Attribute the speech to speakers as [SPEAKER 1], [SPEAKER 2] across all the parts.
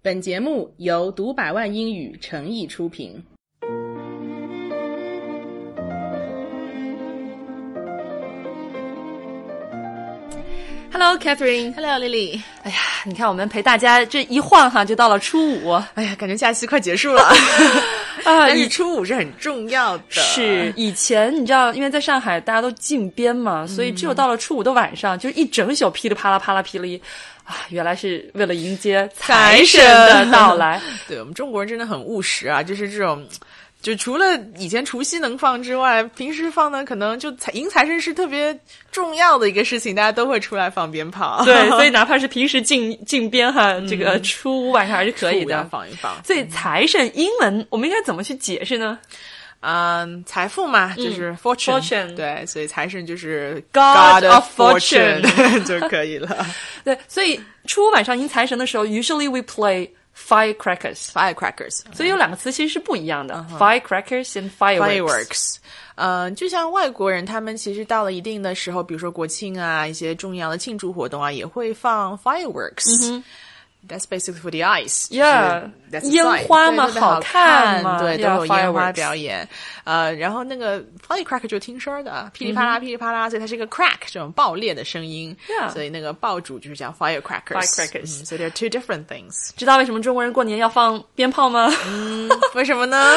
[SPEAKER 1] 本节目由读百万英语诚意出品。
[SPEAKER 2] Hello, Catherine。
[SPEAKER 1] Hello, Lily。
[SPEAKER 2] 哎呀，你看我们陪大家这一晃哈，就到了初五。
[SPEAKER 1] 哎呀，感觉假期快结 束了
[SPEAKER 2] 啊
[SPEAKER 1] 但是初五是很重要的。
[SPEAKER 2] 是以前你知道，因为在上海大家都禁鞭嘛，所以只有到了初五的晚上，就是一整宿噼里啪啦啪啦噼里啊，原来是为了迎接财神的到来。
[SPEAKER 1] 对我们中国人真的很务实啊，就是这种。就除了以前除夕能放之外，平时放呢，可能就财迎财神是特别重要的一个事情，大家都会出来放鞭炮。
[SPEAKER 2] 对，所以哪怕是平时禁禁鞭哈，这个嗯初五晚上还是可以
[SPEAKER 1] 初五要
[SPEAKER 2] 的。
[SPEAKER 1] 放一放。
[SPEAKER 2] 所以财神英文我们应该怎么去解释呢
[SPEAKER 1] 嗯，财富嘛，就是 fortune，,、
[SPEAKER 2] fortune
[SPEAKER 1] 对，所以财神就是
[SPEAKER 2] God
[SPEAKER 1] of
[SPEAKER 2] of fortune
[SPEAKER 1] 就可以 了。
[SPEAKER 2] 对，所以初五晚上迎财神的时候，usually we play firecrackers。
[SPEAKER 1] Firecrackers
[SPEAKER 2] 所以有两个词其实是不一样的、f i r e c r a c k e r s and fireworks。
[SPEAKER 1] 嗯 fireworks，嗯、呃就像外国人，他们其实到了一定的时候，比如说国庆啊，一些重要的庆祝活动啊，也会放 fireworks、That's basically for the eyes. 就是
[SPEAKER 2] Mm-hmm. Yeah，
[SPEAKER 1] that's a
[SPEAKER 2] 烟
[SPEAKER 1] sign，
[SPEAKER 2] 花
[SPEAKER 1] 对
[SPEAKER 2] 嘛
[SPEAKER 1] 特别
[SPEAKER 2] 好
[SPEAKER 1] 好看
[SPEAKER 2] 看嘛
[SPEAKER 1] 对，都
[SPEAKER 2] yeah，
[SPEAKER 1] 有烟花
[SPEAKER 2] fireworks
[SPEAKER 1] 表演。呃，然后那个 firecracker 就听声儿的，噼里啪啦，噼里啪啦，所以它是一个 crack 这种爆裂的声音。
[SPEAKER 2] Yeah
[SPEAKER 1] 所以那个爆竹就是叫 firecrackers。
[SPEAKER 2] Firecrackers
[SPEAKER 1] 嗯所以 they're two different things.
[SPEAKER 2] 知道为什么中国人过年要放鞭炮吗、
[SPEAKER 1] 嗯 为什么 呢？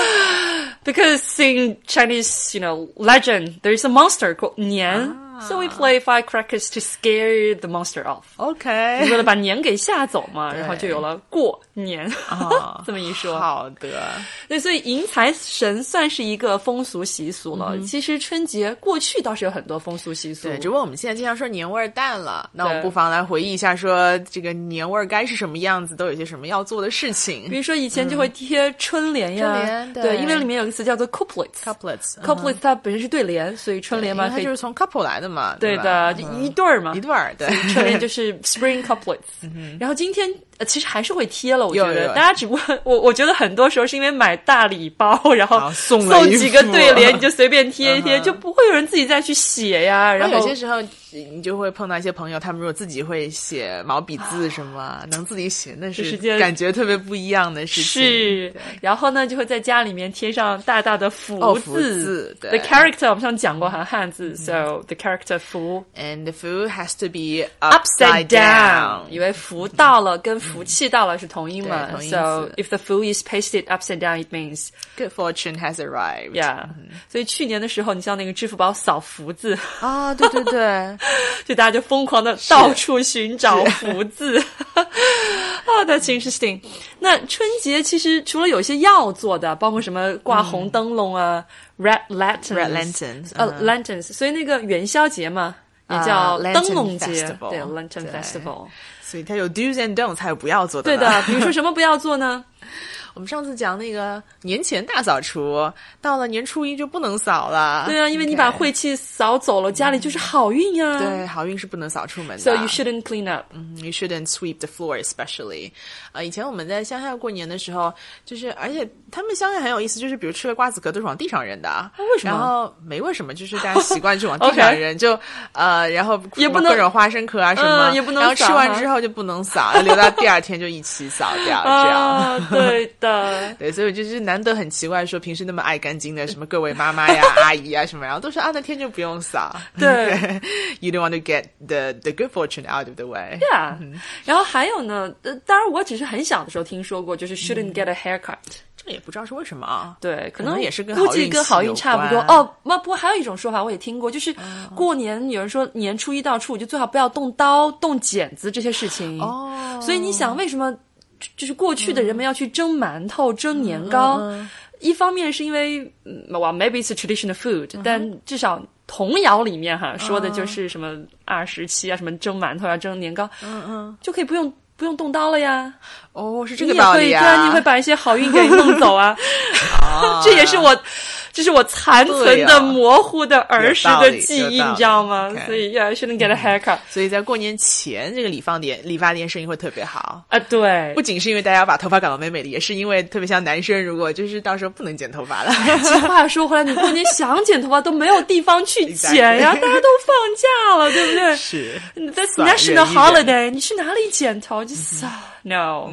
[SPEAKER 2] b e c a u s e in Chinese, you know, legend, there is a monster called 年、so
[SPEAKER 1] Ah
[SPEAKER 2] we play firecrackers to scare the monster off，
[SPEAKER 1] OK，
[SPEAKER 2] 为了把年给吓走嘛，然后就有了过年 这么一说。
[SPEAKER 1] 啊好的，
[SPEAKER 2] 对，所以迎财神算是一个风俗习俗了。其实春节过去倒是有很多风俗习俗，
[SPEAKER 1] 嗯对，只不过我们现在经常说年味儿淡了，那我们
[SPEAKER 2] 对
[SPEAKER 1] 不妨来回忆一下，说这个年味儿该是什么样子，都有些什么要做的事
[SPEAKER 2] 比
[SPEAKER 1] 情。
[SPEAKER 2] 如说以前就会贴春联呀，
[SPEAKER 1] 春联
[SPEAKER 2] 对
[SPEAKER 1] 对
[SPEAKER 2] 因为里面有一个词叫做 couplets。
[SPEAKER 1] Couplets，
[SPEAKER 2] couplets 它本身嗯是对联，所以春联嘛
[SPEAKER 1] 因为
[SPEAKER 2] 可
[SPEAKER 1] 它
[SPEAKER 2] 以
[SPEAKER 1] 就是从 couple 来的嘛，
[SPEAKER 2] 对
[SPEAKER 1] 吧嗯
[SPEAKER 2] 的，就一对嗯儿嘛
[SPEAKER 1] 一。对儿，对，
[SPEAKER 2] 春 联就是 spring couplets，然后今天呃其实还是会贴了，我觉
[SPEAKER 1] 有有
[SPEAKER 2] 得
[SPEAKER 1] 有
[SPEAKER 2] 大家只不过 我我觉得很多时候是因为买大礼 包，然后
[SPEAKER 1] 啊送了
[SPEAKER 2] 送
[SPEAKER 1] 一
[SPEAKER 2] 几个
[SPEAKER 1] 副
[SPEAKER 2] 对 联你就随便贴一贴，就不会有人自己再去写呀。然
[SPEAKER 1] 然
[SPEAKER 2] 后
[SPEAKER 1] 后有些时候你就会碰到一些朋友，他们如果自己会写毛笔字什 么，能自己写，那
[SPEAKER 2] 这
[SPEAKER 1] 是
[SPEAKER 2] 是件
[SPEAKER 1] 感觉特别不一样的事情。
[SPEAKER 2] 是，然后呢，就会在家里面贴上大大的福嗯
[SPEAKER 1] 哦福字对
[SPEAKER 2] The character 我们上次讲过哈汉字、s o the character 福
[SPEAKER 1] And the food has to be upside
[SPEAKER 2] upside down，因为福到了跟福气到了是同音嘛
[SPEAKER 1] 对同音
[SPEAKER 2] So
[SPEAKER 1] 字
[SPEAKER 2] if the food is pasted upside down, it means
[SPEAKER 1] Good fortune has arrived.
[SPEAKER 2] yeah。所以
[SPEAKER 1] 嗯
[SPEAKER 2] 去年的时候，你像那个支付宝扫福字，
[SPEAKER 1] 啊，对对对，
[SPEAKER 2] 就大家就疯狂的到处寻找福字。 啊、t h a t s interesting。那春节其实除了有一些要做的，包括什么挂红灯笼啊、r e d lanterns、
[SPEAKER 1] 嗯 Red lanterns，
[SPEAKER 2] 呃、
[SPEAKER 1] 嗯
[SPEAKER 2] lanterns，所以那个元宵节嘛。也
[SPEAKER 1] 啊
[SPEAKER 2] 叫
[SPEAKER 1] lantern
[SPEAKER 2] 灯笼节
[SPEAKER 1] festival，
[SPEAKER 2] 对 Lantern
[SPEAKER 1] 对
[SPEAKER 2] Festival，
[SPEAKER 1] 所以它有 do's and don'ts，还有不要做的。
[SPEAKER 2] 对的。比如说什么不要做呢？
[SPEAKER 1] 我们上次讲那个年前大扫除，到了年初一就不能扫了。
[SPEAKER 2] 对啊，因为你把晦气扫走了，家里就是好运呀。啊
[SPEAKER 1] 对好运是不能扫出门的。
[SPEAKER 2] ，So you shouldn't clean up。
[SPEAKER 1] you shouldn't sweep the floor, especially。呃，以前我们在乡下过年的时候，就是而且他们乡下很有意思，就是比如吃了瓜子壳都是往地上扔的啊。
[SPEAKER 2] 为什么
[SPEAKER 1] 然后没为什么，就是大家习惯就往地上
[SPEAKER 2] OK
[SPEAKER 1] 扔，就呃，然后
[SPEAKER 2] 也
[SPEAKER 1] 什么
[SPEAKER 2] 不能
[SPEAKER 1] 各种花生壳啊什么，
[SPEAKER 2] 嗯也不能
[SPEAKER 1] 然后吃
[SPEAKER 2] 扫
[SPEAKER 1] 完
[SPEAKER 2] 哈
[SPEAKER 1] 之后就不能扫，要留到第二天就一起扫 掉，这样。
[SPEAKER 2] 啊，对的。
[SPEAKER 1] 对，所以我就是难得很奇怪，说平时那么爱干净的什么各位妈妈呀、阿姨啊什么，然后都说啊那天就不用扫。
[SPEAKER 2] 对
[SPEAKER 1] ，You don't want to get the the good fortune out of the way。
[SPEAKER 2] Yeah，、然后
[SPEAKER 1] 嗯
[SPEAKER 2] 啊还有呢，呃，当然我只是很小的时候听说过，就是 shouldn't get a haircut、
[SPEAKER 1] 这也不知道是为什么啊。
[SPEAKER 2] 对，可
[SPEAKER 1] 嗯能也是跟
[SPEAKER 2] 估
[SPEAKER 1] 好
[SPEAKER 2] 计
[SPEAKER 1] 运
[SPEAKER 2] 跟
[SPEAKER 1] 气
[SPEAKER 2] 好
[SPEAKER 1] 有
[SPEAKER 2] 运差不多。
[SPEAKER 1] 关哦
[SPEAKER 2] 哦，那不过还有一种说法我也听过，就是过年有人说年初一到初五就最好不要动刀、动剪子这些事情。
[SPEAKER 1] 哦嗯
[SPEAKER 2] 所以你想为什么？就就是过去的人们要去蒸馒头、蒸年糕，一方面是因为，嗯，well maybe it's a traditional food，、但
[SPEAKER 1] 嗯
[SPEAKER 2] 至少童谣里面哈、说的就是什么二十七啊，什么蒸馒头啊、蒸年糕，嗯嗯，就可以不用不用动刀了呀。
[SPEAKER 1] 哦，是这
[SPEAKER 2] 你也
[SPEAKER 1] 个道
[SPEAKER 2] 会，
[SPEAKER 1] 理
[SPEAKER 2] 对啊，
[SPEAKER 1] 啊。
[SPEAKER 2] 你会把一些好 运给弄走啊。
[SPEAKER 1] 啊
[SPEAKER 2] 这也是我，这是我残
[SPEAKER 1] 对
[SPEAKER 2] 存
[SPEAKER 1] 啊
[SPEAKER 2] 的、模糊的儿时
[SPEAKER 1] 有道
[SPEAKER 2] 的
[SPEAKER 1] 理
[SPEAKER 2] 记
[SPEAKER 1] 有
[SPEAKER 2] 忆，
[SPEAKER 1] 道
[SPEAKER 2] 你
[SPEAKER 1] 理
[SPEAKER 2] 知道吗
[SPEAKER 1] OK 嗯
[SPEAKER 2] 所以 yeah, I shouldn't get a haircut
[SPEAKER 1] 所以在过年前，这个理发店理发店生意会特别好。
[SPEAKER 2] 啊，对
[SPEAKER 1] 不，仅是因为大家把头发搞得美美的，也是因为特别像男生，如果就是到时候不能剪头发了，
[SPEAKER 2] 其实话又说回来，你过年想剪头发都没有地方去剪呀，大
[SPEAKER 1] Exactly
[SPEAKER 2] 家都放假了，对 不对？
[SPEAKER 1] 是
[SPEAKER 2] That's
[SPEAKER 1] 算忍一
[SPEAKER 2] national
[SPEAKER 1] 忍嗯
[SPEAKER 2] 啊 holiday，你去哪里剪头？就是、no，、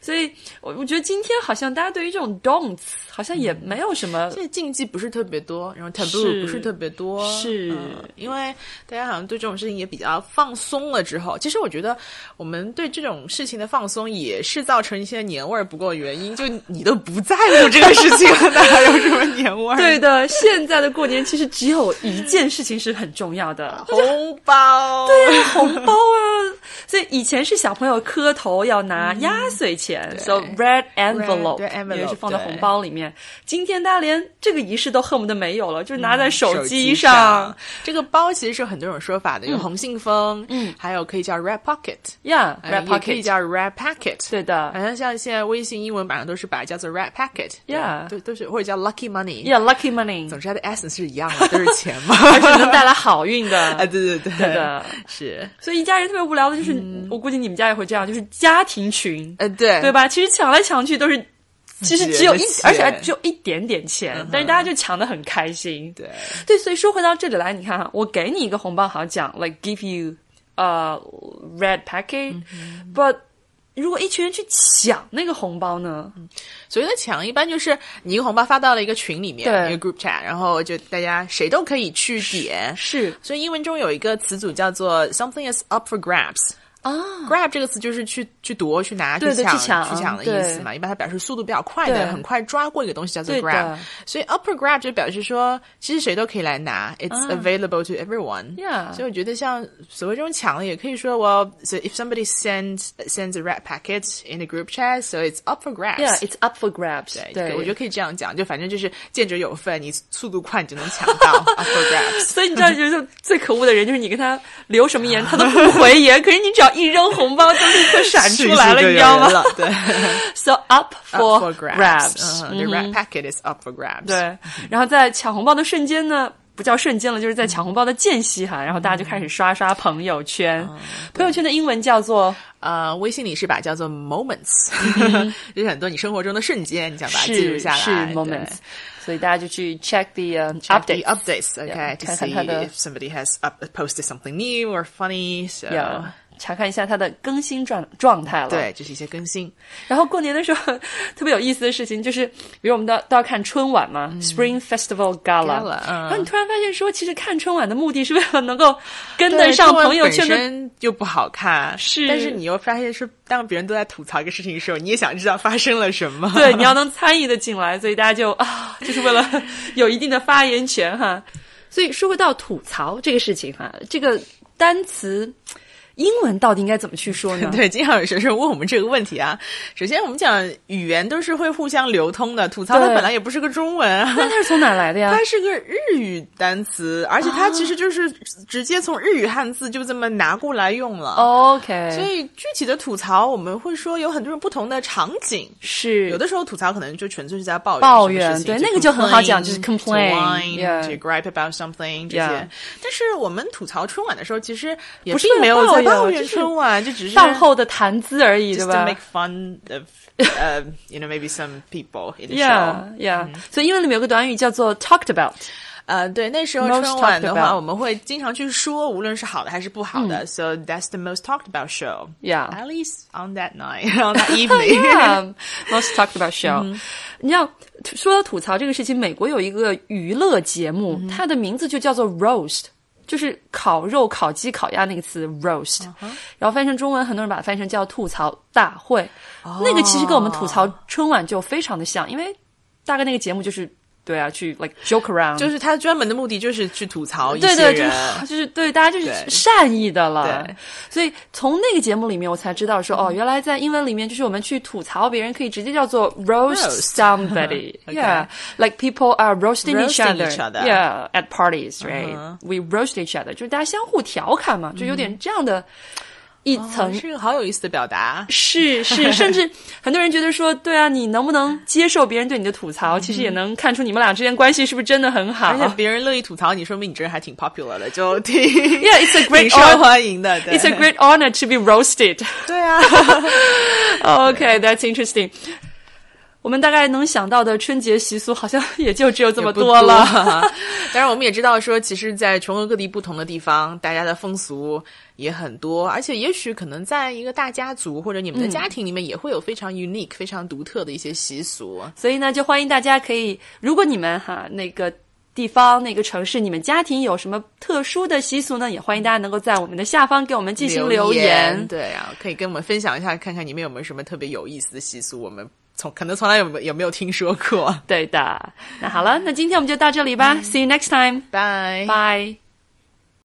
[SPEAKER 2] 所以我我觉得今天好像大家对于这种 don'ts 好像也没有什么
[SPEAKER 1] 现在禁忌不是特别多，然后
[SPEAKER 2] 是
[SPEAKER 1] taboo 不是特别多，
[SPEAKER 2] 是
[SPEAKER 1] 嗯因为大家好像对这种事情也比较放松了。之后，其实我觉得我们对这种事情的放松，也是造成一些年味儿不够的原因。就你都不在乎这个事情了， 那还有什么年味儿？，
[SPEAKER 2] 对的，现在的过年其实只有一件事情是很重要的
[SPEAKER 1] 红包，对、
[SPEAKER 2] 红包啊。所以以前是小朋友磕头要拿压岁钱、s o red envelope，
[SPEAKER 1] 嗯对，envelope，
[SPEAKER 2] 因为是放在
[SPEAKER 1] 对
[SPEAKER 2] 红包里面。今天大家连这个仪式都恨不得没有了，就是拿在手
[SPEAKER 1] 嗯机哎
[SPEAKER 2] 上。
[SPEAKER 1] 这个包其实是有很多种说法的，有红信封，嗯，还有可以叫 red pocket，呃
[SPEAKER 2] ，Yeah，red
[SPEAKER 1] 也可以哎
[SPEAKER 2] pocket，
[SPEAKER 1] 叫 red packet，
[SPEAKER 2] 对的
[SPEAKER 1] 好像像现在微信英文版上都是把它叫做 red packet，对
[SPEAKER 2] Yeah
[SPEAKER 1] 都都是或者叫 lucky money。
[SPEAKER 2] ，Yeah，lucky money，
[SPEAKER 1] 总之，它的 essence 是一样的，都是钱 嘛。
[SPEAKER 2] 而且 能带来好运
[SPEAKER 1] 啊，
[SPEAKER 2] 的。
[SPEAKER 1] 对对对，嗯
[SPEAKER 2] 对的，
[SPEAKER 1] 是，
[SPEAKER 2] 所以一家人特别无聊的就是，我估计你们家也会这样，就是家庭群，
[SPEAKER 1] 呃，对，
[SPEAKER 2] 对？吧？其实抢来抢去都是，其实
[SPEAKER 1] 己
[SPEAKER 2] 只有
[SPEAKER 1] 的
[SPEAKER 2] 一，
[SPEAKER 1] 钱嗯
[SPEAKER 2] 而且还只有一点点钱，但是大家就抢得很开心。
[SPEAKER 1] 对，
[SPEAKER 2] 对，所以说回到这里来，你看哈，我给你一个红包好讲，like give you a red
[SPEAKER 1] 嗯
[SPEAKER 2] packet，but、如果一群人去抢那个红包呢？
[SPEAKER 1] 嗯所谓的抢，一般就是你一个红包发到了一个群里面，
[SPEAKER 2] 对
[SPEAKER 1] 一个 group chat，然后就大家谁都可以去点。
[SPEAKER 2] 是
[SPEAKER 1] 所以英文中有一个词组叫做 something is up for grabs。
[SPEAKER 2] 啊，
[SPEAKER 1] 嗯 grab 这个词就是去去夺、去拿、
[SPEAKER 2] 对对
[SPEAKER 1] 抢、
[SPEAKER 2] 去
[SPEAKER 1] 去
[SPEAKER 2] 抢
[SPEAKER 1] 的意思嘛。一般它表示速度比较快的
[SPEAKER 2] 对，
[SPEAKER 1] 很快抓过一个东西叫做
[SPEAKER 2] 对的
[SPEAKER 1] grab。所以 upper grab 就表示说，其实谁都可以来拿，it's available to everyone。
[SPEAKER 2] 嗯 Yeah
[SPEAKER 1] 所以我觉得像所谓这种抢了，也可以说，well, so if somebody sends sends a red packet in a group chat, so it's up for grabs。
[SPEAKER 2] ，Yeah，it's up for grabs
[SPEAKER 1] 对，
[SPEAKER 2] 对，
[SPEAKER 1] 我觉得可以这样讲，就反正就是见者有份，你速度快，你就能抢 到 up for grabs。
[SPEAKER 2] 所以你知道，就是最可恶的人，就是你跟他留什么言，他都 不回言。可是你只要一扔红包，东西就闪出来了，
[SPEAKER 1] 迅速就
[SPEAKER 2] 你知道
[SPEAKER 1] 有人
[SPEAKER 2] 吗
[SPEAKER 1] 了？对
[SPEAKER 2] ？So up
[SPEAKER 1] ，up for
[SPEAKER 2] for grabs，
[SPEAKER 1] grabs，嗯
[SPEAKER 2] 嗯
[SPEAKER 1] ，the red packet is up for grabs。
[SPEAKER 2] 对。然后在抢红包的瞬间呢，不叫瞬间了，就是在抢红包的间隙哈，然后大家就开始刷刷朋友圈。
[SPEAKER 1] 嗯
[SPEAKER 2] 朋友圈的英文叫做
[SPEAKER 1] 呃，微信里是把它叫做 moments，、就是 很多你生活中的瞬间，你想把它记录
[SPEAKER 2] 嗯是
[SPEAKER 1] 下来。
[SPEAKER 2] 是
[SPEAKER 1] 对
[SPEAKER 2] moments，所以大家就去 check the um,
[SPEAKER 1] Check the
[SPEAKER 2] update。
[SPEAKER 1] updates, okay, to
[SPEAKER 2] 看看
[SPEAKER 1] see
[SPEAKER 2] 它的
[SPEAKER 1] if somebody has up, posted something new or funny. So,
[SPEAKER 2] 有呃查看一下它的更新状状态了。
[SPEAKER 1] 对，这是一些更新。
[SPEAKER 2] 然后过年的时候， 特别有意思的事情就是，比如我们都都要看春晚嘛、s p r i n g Festival Gala，,
[SPEAKER 1] 嗯 Gala，嗯
[SPEAKER 2] 然后你突然发现说，其实看春晚的目的是为了能够跟得
[SPEAKER 1] 对
[SPEAKER 2] 上
[SPEAKER 1] 中文
[SPEAKER 2] 朋友圈
[SPEAKER 1] 本
[SPEAKER 2] 的，
[SPEAKER 1] 身又不好看，
[SPEAKER 2] 是
[SPEAKER 1] 但是你又发现是当别人都在吐槽一个事情的时候，你也想知道发生了什么。
[SPEAKER 2] 对，你要能参与的进来，所以大家就啊， 就是为了有一定的发言权哈。所以说回到吐槽这个事情哈，这个单词英文到底应该怎么去说 呢？
[SPEAKER 1] 对，经常有学生问我们这个问题啊。首先，我们讲语言都是会互相流通的，吐槽它
[SPEAKER 2] 对
[SPEAKER 1] 本来也不是个中文啊。
[SPEAKER 2] 那它是从哪来的呀啊
[SPEAKER 1] 它？是个日语单词，而且它其实就是直接从日语汉字就这么拿过来用了。
[SPEAKER 2] 哦 OK，
[SPEAKER 1] 所以具体的吐槽，我们会说有很多种不同的场景。
[SPEAKER 2] 是
[SPEAKER 1] 有的时候吐槽可能就纯粹是在抱怨
[SPEAKER 2] 抱怨
[SPEAKER 1] 什么事情
[SPEAKER 2] 对那个就很好讲就是
[SPEAKER 1] complain，
[SPEAKER 2] complain，yeah
[SPEAKER 1] to whine，to gripe about something 这
[SPEAKER 2] Yeah
[SPEAKER 1] 些。但是我们吐槽春晚的时候，其实也
[SPEAKER 2] 不是
[SPEAKER 1] 并没有
[SPEAKER 2] 抱
[SPEAKER 1] 在
[SPEAKER 2] 怨
[SPEAKER 1] 抱
[SPEAKER 2] 就
[SPEAKER 1] 怨
[SPEAKER 2] 是
[SPEAKER 1] 春晚，就只是
[SPEAKER 2] 饭后的谈资而已，对
[SPEAKER 1] just
[SPEAKER 2] 吧
[SPEAKER 1] to make fun of uh, you know maybe some people in the show。
[SPEAKER 2] Yeah, yeah. 所以英文里面有个短语叫做 talked about，
[SPEAKER 1] 呃，对，那时候
[SPEAKER 2] Most
[SPEAKER 1] 春晚的
[SPEAKER 2] talked about 嗯
[SPEAKER 1] 话，我们会经常去说，无论是好的还是不好的。So that's the most talked about show.
[SPEAKER 2] Yeah.
[SPEAKER 1] At least on that night, on that evening.
[SPEAKER 2] Oh. Yeah, most talked about show、你知道，吐说到吐槽这个事情，美国有一个娱乐节目，它的名字就叫做 roast，就是烤肉、烤鸡、烤鸭那个词 roast，、然后翻译成中文，很多人把它翻译成叫吐槽大会。那个其实跟我们吐槽春晚就非常的像，因为大概那个节目就是对啊，去 like joke around，
[SPEAKER 1] 就是他专门的目的就是去吐槽一些
[SPEAKER 2] 对
[SPEAKER 1] 人。
[SPEAKER 2] 对， 就是就是对大家就是
[SPEAKER 1] 对
[SPEAKER 2] 善意的了
[SPEAKER 1] 对。嗯
[SPEAKER 2] 所以从那个节目里面，我才知道说，哦，原来在英文里面，就是我们去吐槽别人，可以直接叫做 roast
[SPEAKER 1] Roast
[SPEAKER 2] somebody。
[SPEAKER 1] Okay
[SPEAKER 2] Yeah, like people are roasting each
[SPEAKER 1] Roasting
[SPEAKER 2] other.
[SPEAKER 1] each other. Uh-huh
[SPEAKER 2] Yeah, at parties, right? We roast each other，就是大家相互调侃
[SPEAKER 1] 嗯
[SPEAKER 2] 嘛，就有点这样的一层
[SPEAKER 1] 是个好有意思的表 达。
[SPEAKER 2] 是是，甚至很多人觉得说，对啊，你能不能接受别人对你的吐槽，其实也能看出你们俩之间关系是不是真的很好
[SPEAKER 1] 嗯而。且别人乐意吐槽你，说明你这人还挺 popular 的，就挺
[SPEAKER 2] Yeah, it's a
[SPEAKER 1] 挺
[SPEAKER 2] great
[SPEAKER 1] 受
[SPEAKER 2] honor.
[SPEAKER 1] 欢迎的。对
[SPEAKER 2] It's a great honor to be roasted.
[SPEAKER 1] 对啊，
[SPEAKER 2] Okay, that's interesting. 我们大概能想到的春节习俗，好像也就只有这么
[SPEAKER 1] 不
[SPEAKER 2] 多了。
[SPEAKER 1] 当然，我们也知道说，其实，在全国各地不同的地方，大家的风俗也很多，而且也许可能在一个大家族或者你们的家庭里面，也会有非常 unique、非常独特的一些习俗。
[SPEAKER 2] 所以呢，就欢迎大家可以，如果你们哈那个地方、那个城市，你们家庭有什么特殊的习俗呢？也欢迎大家能够在我们的下方给我们进行
[SPEAKER 1] 留
[SPEAKER 2] 言。
[SPEAKER 1] 对啊，可以跟我们分享一下，看看你们有没有什么特别有意思的习俗，我们从可能从来有没有有没有听说过。
[SPEAKER 2] 嗯对的，那好了，那今天我们就到这里吧。See you next time.
[SPEAKER 1] 拜。
[SPEAKER 2] Bye.